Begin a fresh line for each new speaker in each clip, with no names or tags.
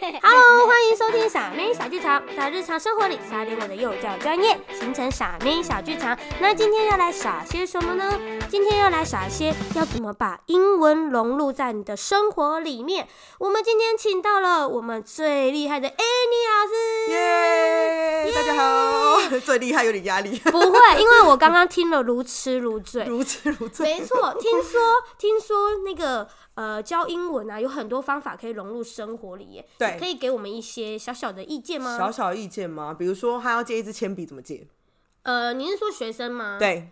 Hello，欢迎收听傻妹小剧场，在日常生活里撒点我的幼教专业，形成傻妹小剧场。那今天要来傻些什么呢？今天要来傻些，要怎么把英文融入在你的生活里面？我们今天请到了我们最厉害的 Annie 老师。
耶！大家好， 最厉害有点压力，
不会，因为我刚刚听了如痴如醉。
如此如醉。
没错，听 说听说那个呃教英文啊，有很多方法可以融入生活里耶。
对
你可以给我们一些小小的意见吗？
小小意见吗？比如说，他要借一支铅笔怎么借？
呃，你是说学生吗？，
对，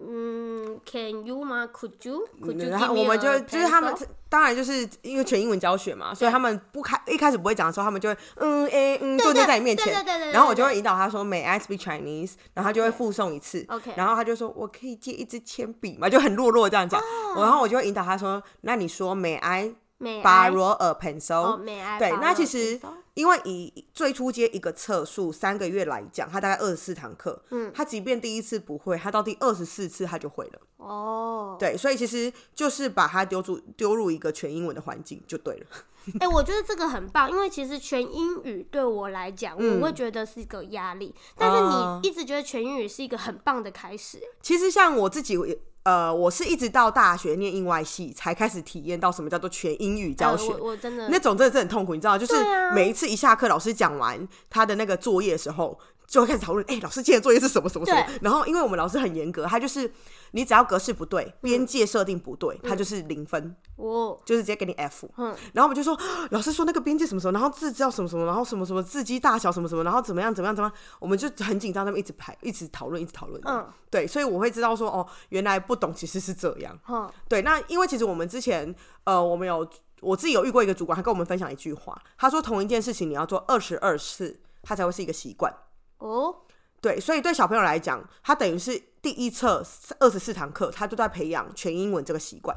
嗯，Can you 吗？Could you? Could you?
然
give
后
me
我们
a
就就是他们
pencil？
当然就是因为全英文教学嘛，所以他们不开一开始不会讲的时候，他们就会嗯诶嗯
对
顿顿
对
在你面
对
前
对对对对，
然后我就
对
会引导他说 May I speak Chinese，然后他就会附送一次
OK
然后他就说我可以借一支铅笔嘛，就很弱弱这样讲，然后我就会引导他说那你说 May I
哦 May I-
borrow a pencil？
哦，May I？
对，那
borrow
其
a
实
pencil？
因为以最初阶一个测数三个月来讲，他大概二十四堂课，嗯，他即便第一次不会，他到第二十四次他就会了。
哦，
对，所以其实就是把它丢入丢入一个全英文的环境就对了。
哎、我觉得这个很棒，因为其实全英语对我来讲，
嗯
我会觉得是一个压力。但是
啊
你一直觉得全英语是一个很棒的开始，
其实像我自己，呃，我是一直到大学念英外系才开始体验到什么叫做全英语教
呃
学。
我我真的
那种真的是很痛苦，你知道，就是
对啊
每一次一下课，老师讲完他的那个作业的时候，就会开始讨论，哎、老师今天的作业是什么什么什么
对。
然后，因为我们老师很严格，他就是你只要格式不对，边界设定不对，他就是零分，
我
就是直接给你 F。
嗯
然后我们就说，啊老师说那个边界什么什么，然后字叫什么什么，然后什么什么字迹大小什么什么，然后怎么样怎么样怎么样，我们就很紧张，他们一直排，一直讨论，一直讨论。
嗯，
对，所以我会知道说，哦，原来不懂其实是这样。
哼
对，那因为其实我们之前，呃，我们有我自己有遇过一个主管，他跟我们分享一句话，他说同一件事情你要做二十二次，它才会是一个习惯。
哦，
对，所以对小朋友来讲，他等于是第一册二十四堂课，他都在培养全英文这个习惯。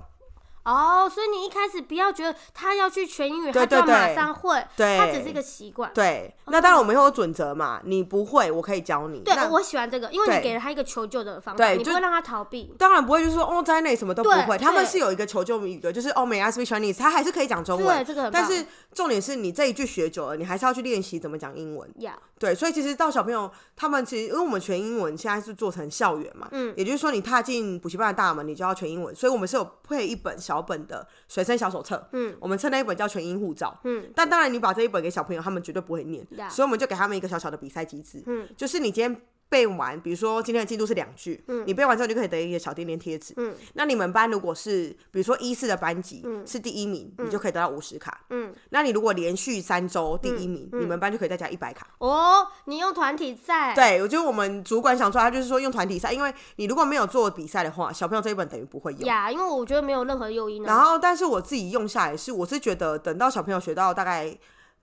哦，所以你一开始不要觉得他要去全英语，
对
他就要
对
马
对
上会，
对
他只是一个习惯。
对，那当然我们会有准则嘛，你不会，我可以教你。
对
那，
我喜欢这个，因为你
对
给了他一个求救的方法，你
对
不
就
会让他逃避。
当然不会，就是说哦，在那里什么都不
对
会。他们
对
是有一个求救语的，就是哦，May I speak Chinese？他还是可以讲中
对，
文。
这个很棒。
但是重点是你这一句学久了，你还是要去练习怎么讲英文。
呀，
对，所以其实到小朋友他们其实，因为我们全英文现在是做成校园嘛，嗯，也就是说你踏进补习班的大门，你就要全英文，所以我们是有配一本小本的随身小手册，嗯，我们称那一本叫全英护照，嗯，但当然你把这一本给小朋友，他们绝对不会念
Yeah
所以我们就给他们一个小小的比赛机制，嗯，就是你今天。背完，比如说今天的进度是两句，嗯，你背完之后你就可以得一个小点点贴纸，嗯，那你们班如果是比如说一四的班级、是第一名，你就可以得到五十卡，嗯，那你如果连续三周第一名，你们班就可以再加一百卡，
哦，你用团体赛，
对，我觉得我们主管想出来，他就是说用团体赛，因为你如果没有做比赛的话，小朋友这一本等于不会有。
呀，因为我觉得没有任何诱因
然
啊。
后，但是我自己用下来是，我是觉得等到小朋友学到大概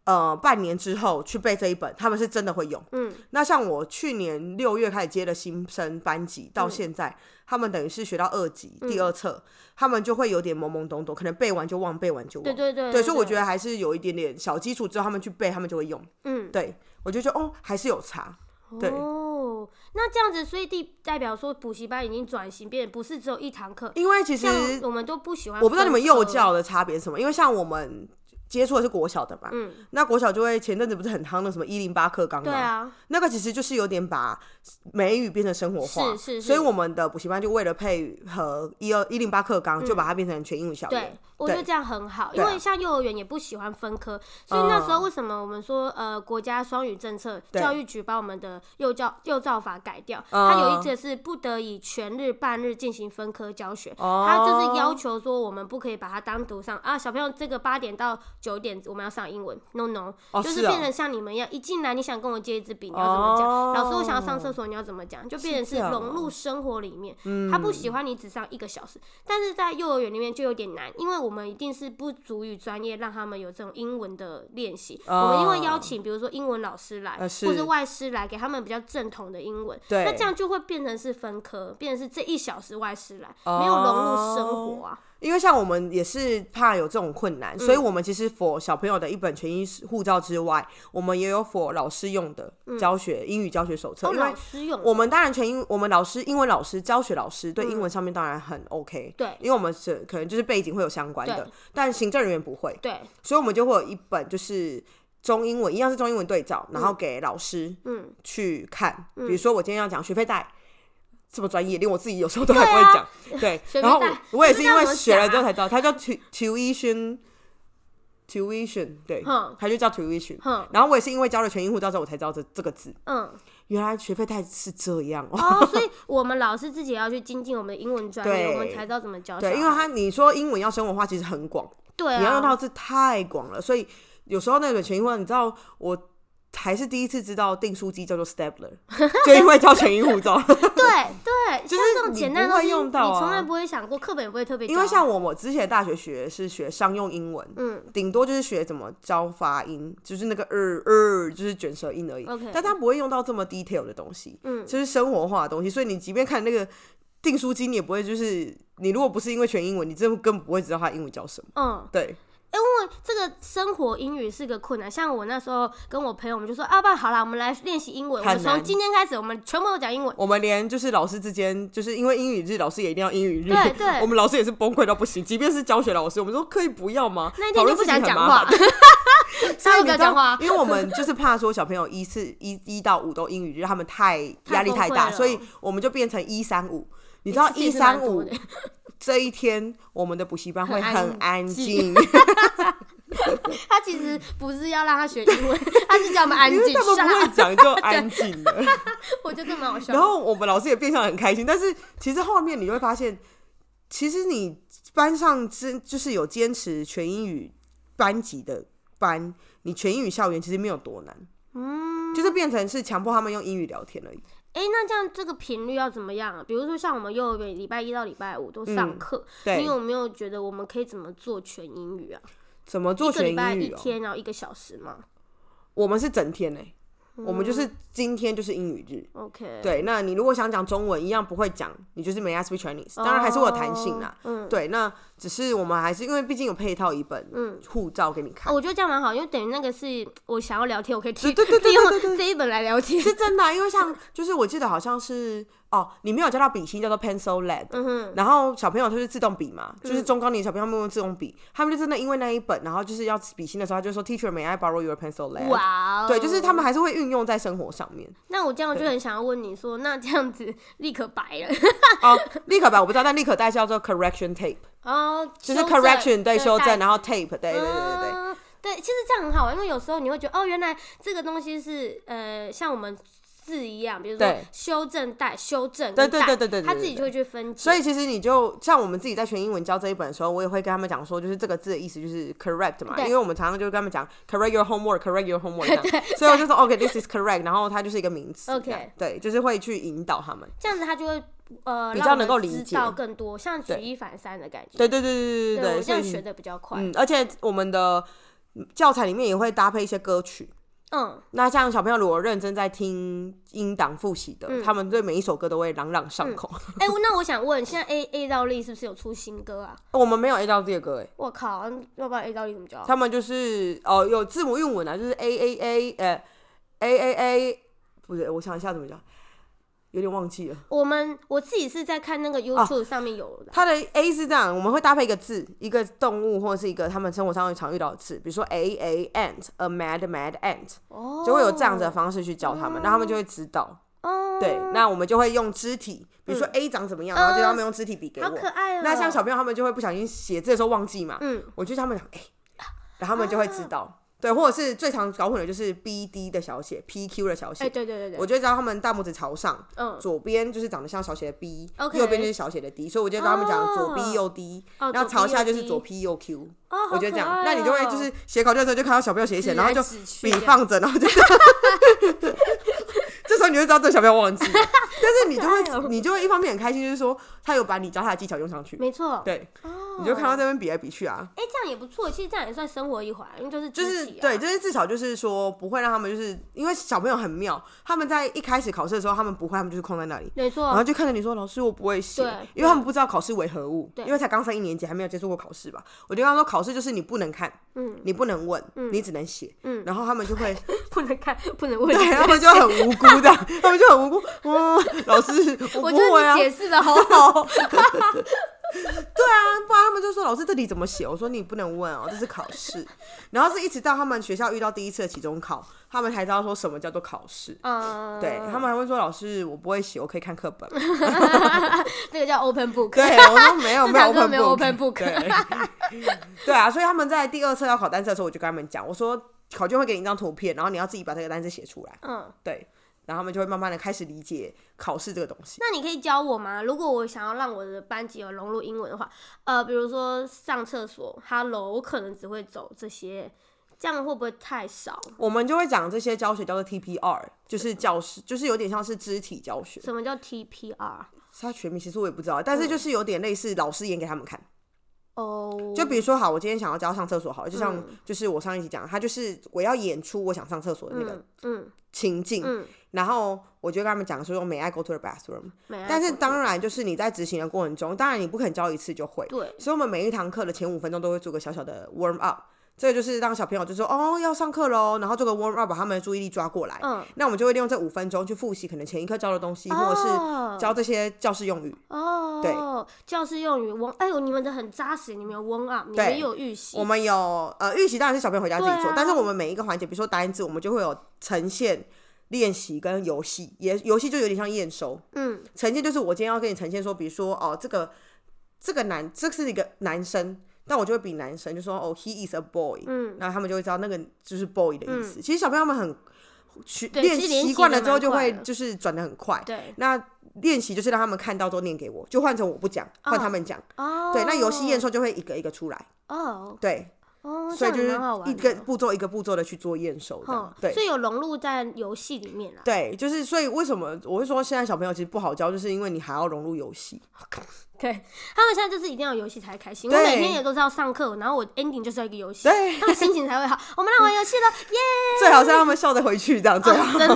呃半年之后去背这一本，他们是真的会用。
嗯，
那像我去年六月开始接的新生班级，
嗯
到现在、他们等于是学到二级第二册，他们就会有点懵懵懂懂，可能背完就忘，背完就忘。
对对对
所以我觉得还是有一点点小基础之后，他们去背，他们就会用。
嗯，
对我就觉得哦，还是有差。对
哦，那这样子，所以地代表说补习班已经转型，变得不是只有一堂课，
因为其实
像我们都不喜欢。
我不知道你们幼，教的差别是什么，因为像我们接触的是国小的嘛，
嗯，
那国小就会前阵子不是很夯的什么一零八课纲吗？
对啊，
那个其实就是有点把美语变成生活化，
是是是
所以我们的补习班就为了配合一二一零八课纲，就把它变成全英语小学。
嗯对，我觉得
对
这样很好，因
对啊嗯
为像幼儿园也不喜欢分科，所以那时候为什么我们说呃国家双语政策，
对
教育局把我们的幼教幼教法改掉，
嗯
它有一个是不得以全日半日进行分科教学，
哦
它就是要求说我们不可以把它单独上啊，小朋友这个八点到九点我们要上英文，no no，
哦
就是是
哦
变成像你们一样，一进来你想跟我借一支笔，你要怎么讲？
哦
老师我想要上厕所，你要怎么讲？就变成是
是这样哦嗯
融入生活里面，他不喜欢你只上一个小时，但是在幼儿园里面就有点难，因为我们一定是不足于专业，让他们有这种英文的练习。我们因为邀请，比如说英文老师来，
哦呃是
或者外师来，给他们比较正统的英文。
对
那
哦
这样就会变成是分科，变成是这一小时外师来，没有融入生活啊。
因为像我们也是怕有这种困
嗯
难，所以我们其实 for 小朋友的一本全英护照之外，我们也有 for 老师用的教学、英语教学手
嗯
册。
哦，
因为
老师用的
我们当然全英，我们老师英文老师、教学老师对英文上面当然很
嗯
OK，、
对
因为我们是可能就是背景会有相关的
对，
但行政人员不会，
对，
所以我们就会有一本就是中英文，一样是中英文对照，然后给老师
嗯
去看。比如说我今天要讲学费贷。这么专业，连我自己有时候都还不会讲。 对，
啊学费
然后
贷
我我也是因为
不知道怎么啊
学了
讲
之后才知道，它叫 tu- tuition tuition，对
哼，
它就叫 tuition。
哼
然后我也是因为教了全英护照之后，我才知道这这个字，
嗯，
原来学费贷是这样哦。
哦，所以我们老师自己也要去精进我们的英文专业，
对
我们才知道怎么教小孩。
对，因为它你说英文要生活化，其实很广，
对啊，
你要用到这太广了，所以有时候那个全英文，你知道我。还是第一次知道订书机叫做 stapler，就因为叫全英护照，
对啊对，像这种简单的东西，
你不会用到啊
你从来不会想过，课本也不会特别教。
因为像我我之前大学学是学商用英文，
嗯，
顶多就是学怎么教发音，就是那个呃呃，就是卷舌音而已。
OK
但它不会用到这么 detail 的东西，
嗯
就是生活化的东西。所以你即便看那个订书机，你也不会就是你如果不是因为全英文，你真的根本不会知道它英文叫什么。
嗯，
对，
因为这个生活英语是个困难，像我那时候跟我朋友，我们就说，啊，不然好啦，我们来练习英文。我
很
们从
难
今天开始，我们全部都讲英文。
我们连就是老师之间，就是因为英语日，老师也一定要英语日。
对对
我们老师也是崩溃到不行，即便是教学老师，我们说可以不要吗？
那一天就
讨论
不
事情
想
很
讲
麻
话
烦，。
稍微不要讲话
因为我们就是怕说小朋友一次一一到五都英语日，他们太
太
压力太大，
崩溃了
所以我们就变成一三五。你知道
其实
一
也是蛮
三
多
五
的
这一天，我们的补习班会
很
很
安
安
静
静，
他其实不是要让他学英 文，他是叫我们安
因
静
为他们不
下
会。讲就安静了。
我觉得这蛮好笑的。
然后我们老师也变相很开心，但是其实后面你会发现，其实你班上真就是有坚持全英语班级的班，你全英语校园其实没有多难，嗯，就是变成是强迫他们用英语聊天而已。
哎、那这样这个频率要怎么样啊？比如说像我们幼儿园礼拜一到礼拜五都上课，
嗯对
你有没有觉得我们可以怎么做全英语啊？
怎么做
一个
全
礼拜
英
一
语、哦？
天，然后一个小时吗
我们是整天呢、
嗯
我们就是今天就是英语日。
？OK，，
对，那你如果想讲中文，一样不会讲，你就是没 ask me Chinese，当然还是会有弹性啦。
嗯。
对，那只是我们还是因为毕竟有配套一本
嗯
护照给你看
哦，，我觉得这样蛮好，因为等于那个是我想要聊天，我可以去
对对对对
利
对对
用
对
这一本来聊天。
是真的啊、因为像就是我记得好像是哦，你没有教到笔芯叫做 pencil lead，、
嗯哼，嗯
然后小朋友就是自动笔嘛，就是中高年小朋友们用自动笔，他们就真的因为那一本，然后就是要笔芯的时候，他就说 teacher may I borrow your pencil lead，
哇哦，
对，就是他们。还是会运用在生活上面。
那我这样我就很想要问你说，那这样子立刻白了 啊
哦，立可白我不知道，但立可带叫做 correction tape，
哦，
就是
修正
correction 对修
带
正，然后 tape 对对对对对。
嗯对，其实这样很好玩，因为有时候你会觉得哦，原来这个东西是呃，像我们字一样，比如说
对
修正带、修正
对
跟
对
带
对对对对
他
对
自己就会去分解。
所以其实你就像我们自己在学英文教这一本的时候，我也会跟他们讲说，就是这个字的意思就是 correct 嘛，
对
因为我们常常就跟他们讲 correct your homework，correct your homework 这样，所以我就说 OK this is correct，然后它就是一个名词
OK
这样对，就是会去引导他们，
这样子他就会呃，
比
让
较
我
能
们
够理
知
解
道更多，像举
对
一反三的感觉。
对对对对
对，我
对，
这
所
样学
以
的比较快。
嗯，而且我们的教材里面也会搭配一些歌曲，
嗯，
那像小朋友如果认真在听音档复习
嗯
的，他们对每一首歌都会朗朗上口。
哎、我那我想问，现在 A A 到力是不是有出新歌啊？
我们没有 A 到 Z 的歌诶，欸
我靠，要不然 A 到力怎么教啊？
他们就是哦有字母韵文啊，就是 A A A 呃 A A A，不对，我想一下怎么讲，有点忘记了。
我们我自己是在看
哦
那个 YouTube 上面有的，
它的 A 是这样，我们会搭配一个字，一个动物或者是一个他们生活上会常遇到的字，比如说 A A ant a mad mad ant，
哦，
就会有这样子的方式去教他们，那、他们就会知道。
哦，嗯
对，那我们就会用肢体，比如说 A 长怎么样，然后就让他们用肢体比给我。
好可爱哦。
那像小朋友他们就会不小心写字的时候忘记嘛，
嗯
我就叫他们讲，哎、
啊
然后他们就会知道，对，或者是最常搞混的就是 B D 的小写，P Q 的小写，
哎、对对对对，
我就会教他们大拇指朝上，
嗯
左边就是长得像小写的 B，、
OK
右边就是小写的 D，所以我就教他们讲左
哦
B 右 D，、
哦
然后朝下就是
左
左
B
P 右 Q，、
哦，
我
好
觉得这
可
样
爱，
那你就会就
哦
是写考卷的时候就看到小朋友写一写，
指
然后
来
就
指去
笔
这样
放着，然后就。 这时候你就知道这个小朋友忘 记，但是你就
好可爱哦
会，你就会一方面很开心，就是说他有把你教他的技巧用上去，
没错，哦嗯
对，你就看到这边比来比去啊，
哎、这样也不错，其实这样也算生活一环，因为就是
就
知
是
己啊
对，就是至少就是说不会让他们就是因为小朋友很妙，他们在一开始考试的时候，他们不会，他们就是空在那里，
没
然后
错，
就看着你说老师我不会写
嗯对，
因为他们不知道考试为何物，
对
因为才刚上一年级，还没有接触过考试吧。我就跟他说考试就是你不能看，
嗯，
你不能问，你只能写，嗯，然后他们 就会，
不能看，不能问。
对，他们就很无辜的，他们就很无辜，嗯，老师我
我
不
觉
会
得
啊，
你
对
解释的好 好，
啊，不然他们就说老师这题怎么写？我说你不能问哦，这是考试。然后是一直到他们学校遇到第一次的期中考，他们才知道说什么叫做考试。
嗯，
对他们还会说老师，我不会写，我可以看课 本吗。
这个叫 open book，
对，我说没有
这
没有
堂
open
课
book，
没有 open book，
对， 对啊，所以他们在第二册要考单词的时候，我就跟他们讲，我说考卷会给你一张图片，然后你要自己把这个单词写出来。
嗯。
对，然后他们就会慢慢的开始理解考试这个东西。
那你可以教我吗？如果我想要让我的班级有融入英文的话，呃，比如说上厕所，hello，我可能只会走这些，这样会不会太少？
我们就会讲这些教学叫做 TPR，就是教师，就是有点像是肢体教学。
什么叫 TPR？
它全名其实我也不知道，但是就是有点类似老师演给他们看。
哦，
就比如说，好，我今天想要教上厕所，好了，就像
嗯
就是我上一集讲，他就是我要演出我想上厕所的那个
嗯嗯
情境，
嗯，
然后我就跟他们讲说，May I go to the bathroom？
没来
但是
过
当然，就是你在执行的过程中，当然你不可能教一次就会，
对，
所以我们每一堂课的前五分钟都会做个小小的 warm up，这个就是让小朋友就说哦要上课喽，然后做个 warm up 把他们的注意力抓过来。
嗯，
那我们就会利用这五分钟去复习可能前一课教的东西，或者是
哦
教这些教室用语。
哦，教师用语温，哎呦，你们的很扎实，你们有 warm up，你们
对
有预习，
我们有呃预习当然是小朋友回家自己
对
做，
啊
但是我们每一个环节，比如说单字，我们就会有呈现、练习跟游戏，也游戏就有点像验收。
嗯
呈现就是我今天要跟你呈现说，比如说哦，这个这个男这是一个男生，但我就会比男生就说哦，he is a boy，
嗯，
然后他们就会知道那个就是 boy 的意思。其实小朋友们很学
对
练
其实练习
习惯了
得
之后，
蛮
就
快
会
的
就是转的很快。
对，
那练习就是让他们看到之后念给我，就换成我不讲，换他们讲。
哦，
对，那游戏验收就会一个一个出来。
哦
对，
哦，
所以
这样
就
也
是
蛮好玩
一个
的
步骤一个步骤的去做验收这样
哦，
对。
所以有融入在游戏里面啦。啊
对，就是所以为什么我会说现在小朋友其实不好教，就是因为你还要融入游戏。
对他们现在就是一定要有游戏才开心。我
对
每天也都是要上课，然后我 ending 就是要一个游戏，
对
他们心情才会好。我们来玩游戏了，
最好是让他们笑着回去，这样最好，
哦真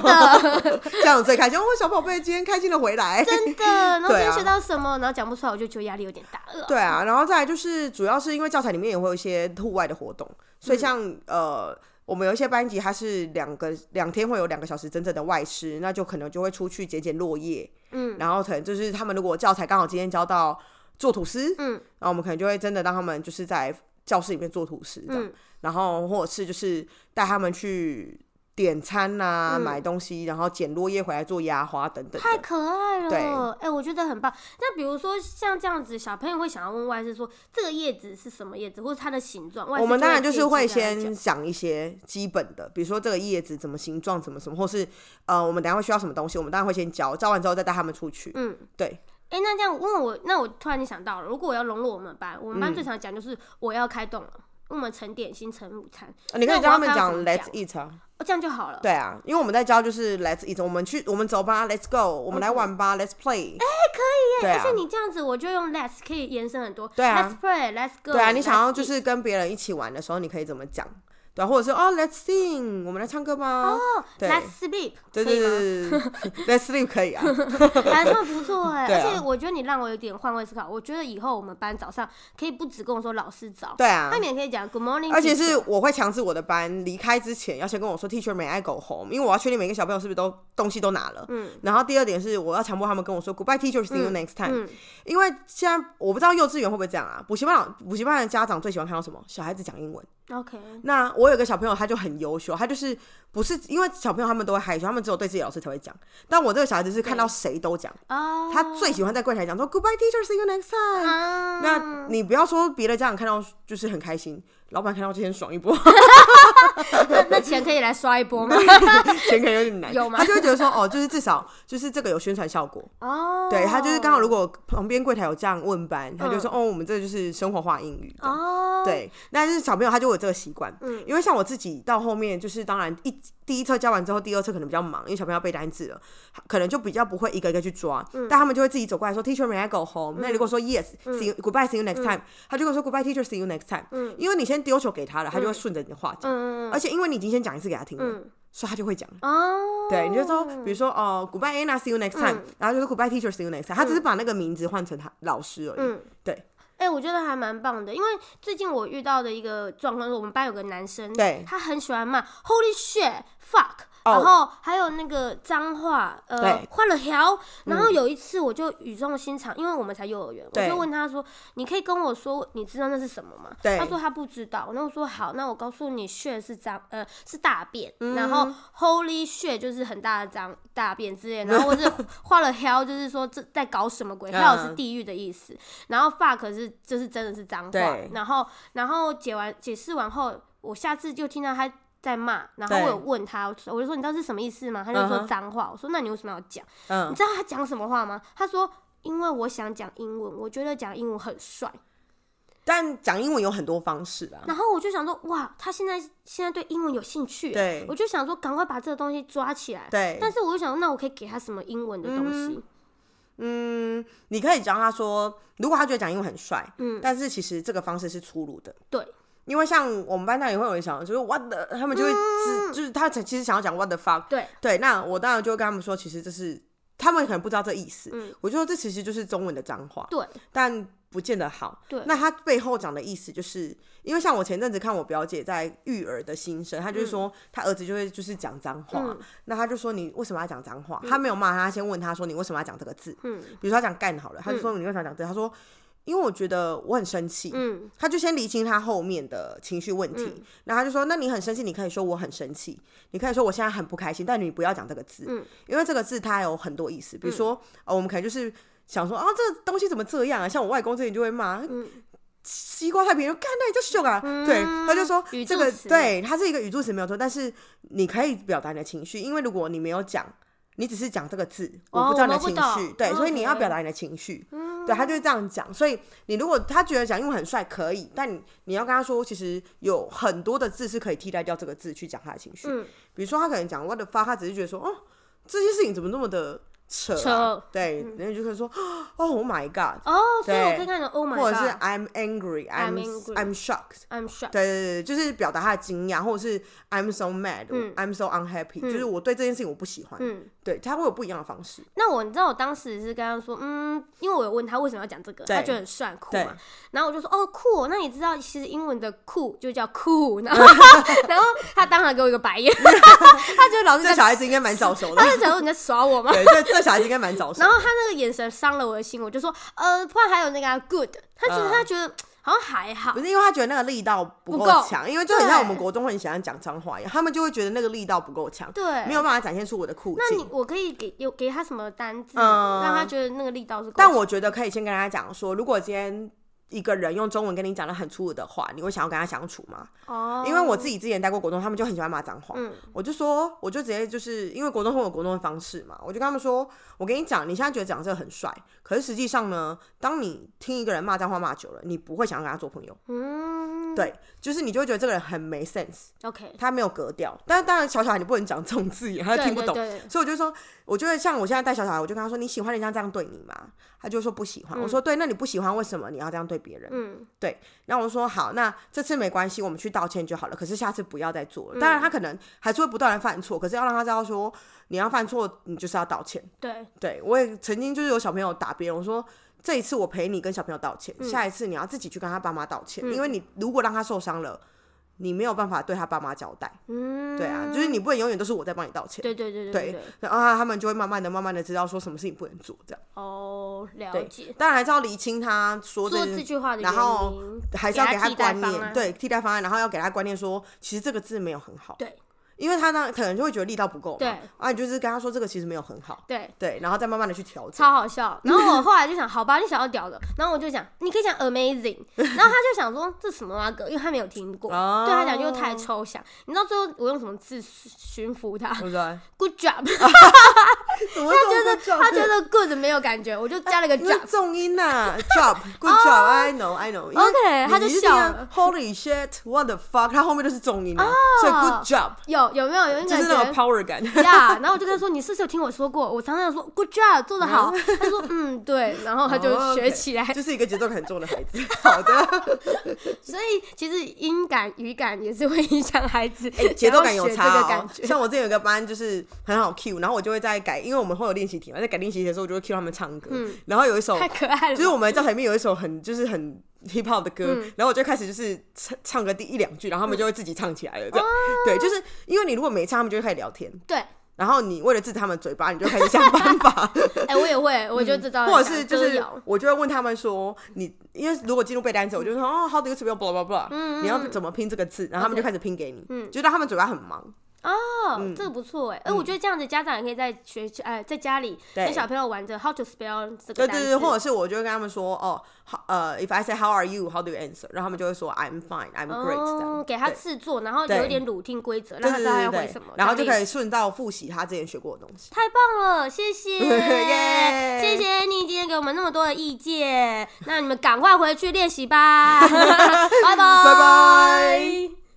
的
这样我最开心。哦，小宝贝今天开心的回来。
真的。然后今
对啊
天学到什么，然后讲不出来，我就觉得压力有点大。呃
对啊，然后再来就是，主要是因为教材里面也会有一些户外的活动，
嗯
所以像、呃，我们有一些班级它是两个两天会有两个小时真正的外师，那就可能就会出去捡捡落叶，
嗯，
然后可能就是他们如果教材刚好今天教到做吐司，
嗯，
然后我们可能就会真的让他们就是在教室里面做吐司这样，
嗯
然后或者是就是带他们去点餐呐、
嗯
买东西，然后捡落叶回来做压花等等的，
太可爱
对
了，哎、我觉得很棒。那比如说像这样子，小朋友会想要问外事说这个叶子是什么叶子，或者它的形状。外事
我们当然就是会
自己跟他
先
讲
讲一些基本的，比如说这个叶子怎么形状，怎么什么，或是呃，我们等一下会需要什么东西，我们当然会先教，教完之后再带他们出去。
嗯，
对，
哎、那这样问我，那我突然间想到了，如果我要融入我们班，我们
嗯
班最常讲就是我要开动了，因为我们盛点心、盛午餐，
呃你可以
那
教
我
他
要
们
看他
讲
怎么
Let's eat 啊，
哦，这样就好了。
对啊，因为我们在教就是 Let's eat，我们去我们走吧，Let's go，我们来玩吧，Let's play。哎、
而且
可以耶！
你这样子，我就用 let's 可以延伸很多。
对啊
Let's play，Let's go。
对啊，对啊，你想要就是跟别人一起玩的时候，你可以怎么讲？对、啊，或者是哦，Let's sing，我们来唱歌吧。对
Let's sleep，
对
可以
对
吗
对对对，Let's sleep 可以啊。
还算不 错哎、
对啊
而且我觉得你让我有点换位思考。我觉得以后我们班早上可以不只跟我说老师早，
对啊，
他们也可以讲 Good morning，
而且
teacher
是我会强制我的班离开之前要先跟我说 teacher may I go home，因为我要确定每个小朋友是不是都东西都拿了。嗯。然后第二点是我要强迫他们跟我说 goodbye teacher see you next time，、
嗯
因为现在我不知道幼稚园会不会这样啊。补习班老补习班的家长最喜欢看到什么？小孩子讲英文。
OK，
那我有个小朋友，他就很优秀，他就是不是因为小朋友他们都会害羞，他们只有对自己的老师才会讲。但我这个小孩子是看到谁都讲，
啊，
他最喜欢在柜台讲说 goodbye teacher see you next time。
啊，
那你不要说别的家长看到就是很开心，老板看到就先爽一波。
那那钱可以来刷一波吗？
钱可能有点难，
有吗
他就会觉得说，哦，就是至少就是这个有宣传效果。
哦， 嗯
对他就是刚好，如果旁边柜台有这样问班，他就说，哦，我们这个就是生活化英语。这样
哦，，
对，但是小朋友他就有这个习惯，
嗯
因为像我自己到后面就是，当然一第一册教完之后，第二册可能比较忙，因为小朋友要背单词了，可能就比较不会一个一个去抓，
嗯
但他们就会自己走过来说，Teacher may I go home？、那如果说 Yes，see you goodbye，see you
嗯
next time，、他就会说 Goodbye teacher，see you next time，、因为你先丢球给他了，他就会顺着你的话讲，
嗯
而且因为你已经先讲一次给他听了，
嗯
所以他就会讲了。
哦，嗯
对，你就说，比如说，哦、g o o d b y e Anna，see you next time，、然后就是 Goodbye teacher，see you next time，他只是把那个名字换成他老师而已。
嗯
对
哎、我觉得还蛮棒的，因为最近我遇到的一个状况是，我们班有个男生，
对
他很喜欢骂 Holy shit fuck，、
哦
然后还有那个脏话，呃
对，嗯
换了条。然后有一次我就语重心长，因为我们才幼儿园，我
对
就问他说：“你可以跟我说，你知道那是什么吗？”
对
他说他不知道。那我说好，那我告诉你，shit 是脏，呃，是大便，
嗯
然后 Holy shit 就是很大的脏大便之类的，然后或 者换了 hell 就是说这在搞什么鬼
嗯
，hell 是地狱的意思。然后 fuck 是就是真的是脏话
对，
然后然后解完解释完后，我下次就听到他在骂，然后
对
我有问他，我就说你知道这是什么意思吗？他就
嗯
说
哼
脏话，我说那你为什么要讲？
嗯
你，知道他讲什么话吗？他说因为我想讲英文，我觉得讲英文很帅。
但讲英文有很多方式啊。
然后我就想说哇，他现在现在对英文有兴趣，
对
我就想说赶快把这个东西抓起来。
对，
但是我就想，那我可以给他什么英文的东西？
嗯，你可以教他说，如果他觉得讲英文很帅，嗯，但是其实这个方式是粗鲁的，
对，
因为像我们班上也会有人想，就是 what the，他们就会
嗯
自、就是他其实想要讲 what the fuck，
对，
对，那我当然就会跟他们说，其实这是他们可能不知道这意思，
嗯
我就说这其实就是中文的脏话，
对，
但不见得好。
对
那他背后讲的意思，就是因为像我前阵子看我表姐在育儿的心声，她就是说她儿子就会就是讲脏话，那她就说你为什么要讲脏话？她没有骂他，她先问他说你为什么要讲这个字？
嗯
比如说他讲干好了，她就说你为什么要讲这个？她说因为我觉得我很生气，
嗯
他就先厘清他后面的情绪问题，然后他就说：“那你很生气，你可以说我很生气，你可以说我现在很不开心，但你不要讲这个字，
嗯
因为这个字它有很多意思。比如说，呃，我们可能就是想说，啊，这个东西怎么这样啊？像我外公之前就会骂。
嗯
西瓜太平洋，干那你就秀啊！对，他就说
语
这
助
个
词
对，它是一个语助词没有错，但是你可以表达你的情绪，因为如果你没有讲，你只是讲这个字，
哦
不知道
我
你
们
的
不
情
懂哦
绪，对，所以你要
OK 嗯
表达你的情绪，对，他就是这样讲。所以你如果他觉得讲英文很帅可以，但你你要跟他说，其实有很多的字是可以替代掉这个字去讲他的情绪。
嗯
比如说他可能讲 what the fuck，他只是觉得说哦这件事情怎么那么的扯、啊，
扯嗯
对，然后就可以说哦 oh my god，
哦，所以我
对
可以看到 Oh my
或者是
God，I'm
I'm angry，I'm
angry
I'm shocked。
shocked。
对对对，就是表达他的惊讶，或者是 I'm so mad，、I'm so unhappy，、就是我对这件事情我不喜欢，
嗯
对，他会有不一样的方式。
那我你知道我当时是跟他说，嗯，因为我有问他为什么要讲这个，
对
他觉得很帅酷
对
嘛，然后我就说哦酷哦，那你知道其实英文的酷就叫酷， 然后然后他当场给我一个白眼，他觉得老师
这
在，
小孩子应该蛮早熟 的
他，就想说你在耍我吗？
对，这这小孩子应该蛮早熟
然。后他那个眼神伤了我的心，我就说呃，不然还有那个啊 good，他觉得、
嗯
他觉得好像还好
不，是因为他觉得那个力道不
不
够
够
强，因为就很像
对
我们国中会很喜欢讲脏话一样，他们就会觉得那个力道不够强，
对，
没有办法展现出我的酷
那你
劲。
我可以给有给他什么单字，
嗯
让他觉得那个力道是够的？
但我觉得可以先跟大家讲说，如果今天一个人用中文跟你讲的很粗鲁的话，你会想要跟他相处吗？
哦，
因为我自己之前待过国中，他们就很喜欢骂脏话。
嗯
我就说，我就直接就是因为国中会有国中的方式嘛，我就跟他们说，我跟你讲，你现在觉得讲这个很帅，可是实际上呢，当你听一个人骂脏话骂久了，你不会想要跟他做朋友，
嗯
对，就是你就会觉得这个人很没 sense。
，OK，
他没有格调，但是当然小小孩你不能讲这种字眼，他就听不懂。
对对对
所以我就说，我就会像我现在带小小孩，我就跟他说：“你喜欢人家这样对你吗？”他就说不喜欢。我说：“对，那你不喜欢，为什么你要这样对别人？”
嗯，
对。然后我说：“好，那这次没关系，我们去道歉就好了。可是下次不要再做了。
嗯
当然，他可能还是会不断的犯错，可是要让他知道说，你要犯错，你就是要道歉。
对，
对我也曾经就是有小朋友打别人，我说这一次我陪你跟小朋友道歉，
嗯
下一次你要自己去跟他爸妈道歉，因为你如果让他受伤了，你没有办法对他爸妈交代。
嗯，
对啊，就是你不能永远都是我在帮你道歉。
对对对对
对
对，
然后他们就会慢慢的、慢慢的知道说什么事情不能做，这样。
哦，了
对
解。
当然还是要厘清他说
做
的，
这句话的原
然后
因，
还是要
给
给
他
他
替代
观
方啊
念，
案
对替代方案，然后要给他观念说，其实这个字没有很好。
对，
因为他呢可能就会觉得力道不够嘛，
对
啊，你就是跟他说这个其实没有很好，
对，
对，然后再慢慢的去调 整，
超好笑。然后我后来就想，好吧，你想要屌的，然后我就讲，你可以讲 amazing。然后他就想说，这什么啊哥，因为他没有听过，
哦
对他讲又太抽象。你知道最后我用什么字驯服他
对不对？
？Good job，
哦怎么他
他觉得 他觉得 good 没有感觉，我就加了个
啊因为
job。
重音呐、j o b good job，I know，I know，因为
哦 OK，
你
他就
你是
笑
这样
了
Holy shit，what the fuck，他后面就是重音啊，所以 good job
有有没有有点
就
感
是那
觉？
种 power 感。
呀然后我就跟他说，你是不是有听我说过？我常常说 good job 做得好。他说嗯对，然后他就
哦
学
，OK
起来。
就是一个节奏感很重的孩子。好的，
所以其实音感、语感也是会影响孩子
节奏
想
感
要
有
学
差、哦、
这个感觉。
像我之前有一个班就是很好 Q，然后我就会在改，因为我们会有练习题嘛，在改练习题的时候，我就会 Q 他们唱歌。然后有一首
嗯太可爱了吧，嗯
就是我们教材里面有一首很就是很 hip hop 的歌，然后我就开始就是唱唱个第一两句，然后他们就会自己唱起来了。这样、对，就是因为你如果没唱，他们就会开始聊天。
对，
然后你为了制止他们嘴巴，你就开始想办法，
哎、我也会，我就知道、
嗯或者是就
歌
是
谣
我就会问他们说，你因为如果进入背单词，
嗯
我就说哦，how do you spell blah blah blah，你要怎么拼这个字，然后他们就开始拼给你，
嗯
就让他们嘴巴很忙，
哦，
嗯
这个不错哎，哎、我觉得这样子家长也可以在学，呃，在家里
对
跟小朋友玩着 how to spell 这个
对
单
对
词，
对，或者是我就会跟他们说哦，好呃，if I say how are you，how do you answer，然后他们就会说 I'm fine，I'm great，这样
哦，给他
对
制作，然后
对
有一点鲁定规则，
对
让他
对
知道他
对
要
对
回
对
什么，，
然后就可
以。
以顺道复习他之前学过的东西。
太棒了，谢谢，
耶
谢谢你今天给我们那么多的意 见，那你们赶快回去练习吧，拜拜，
拜拜。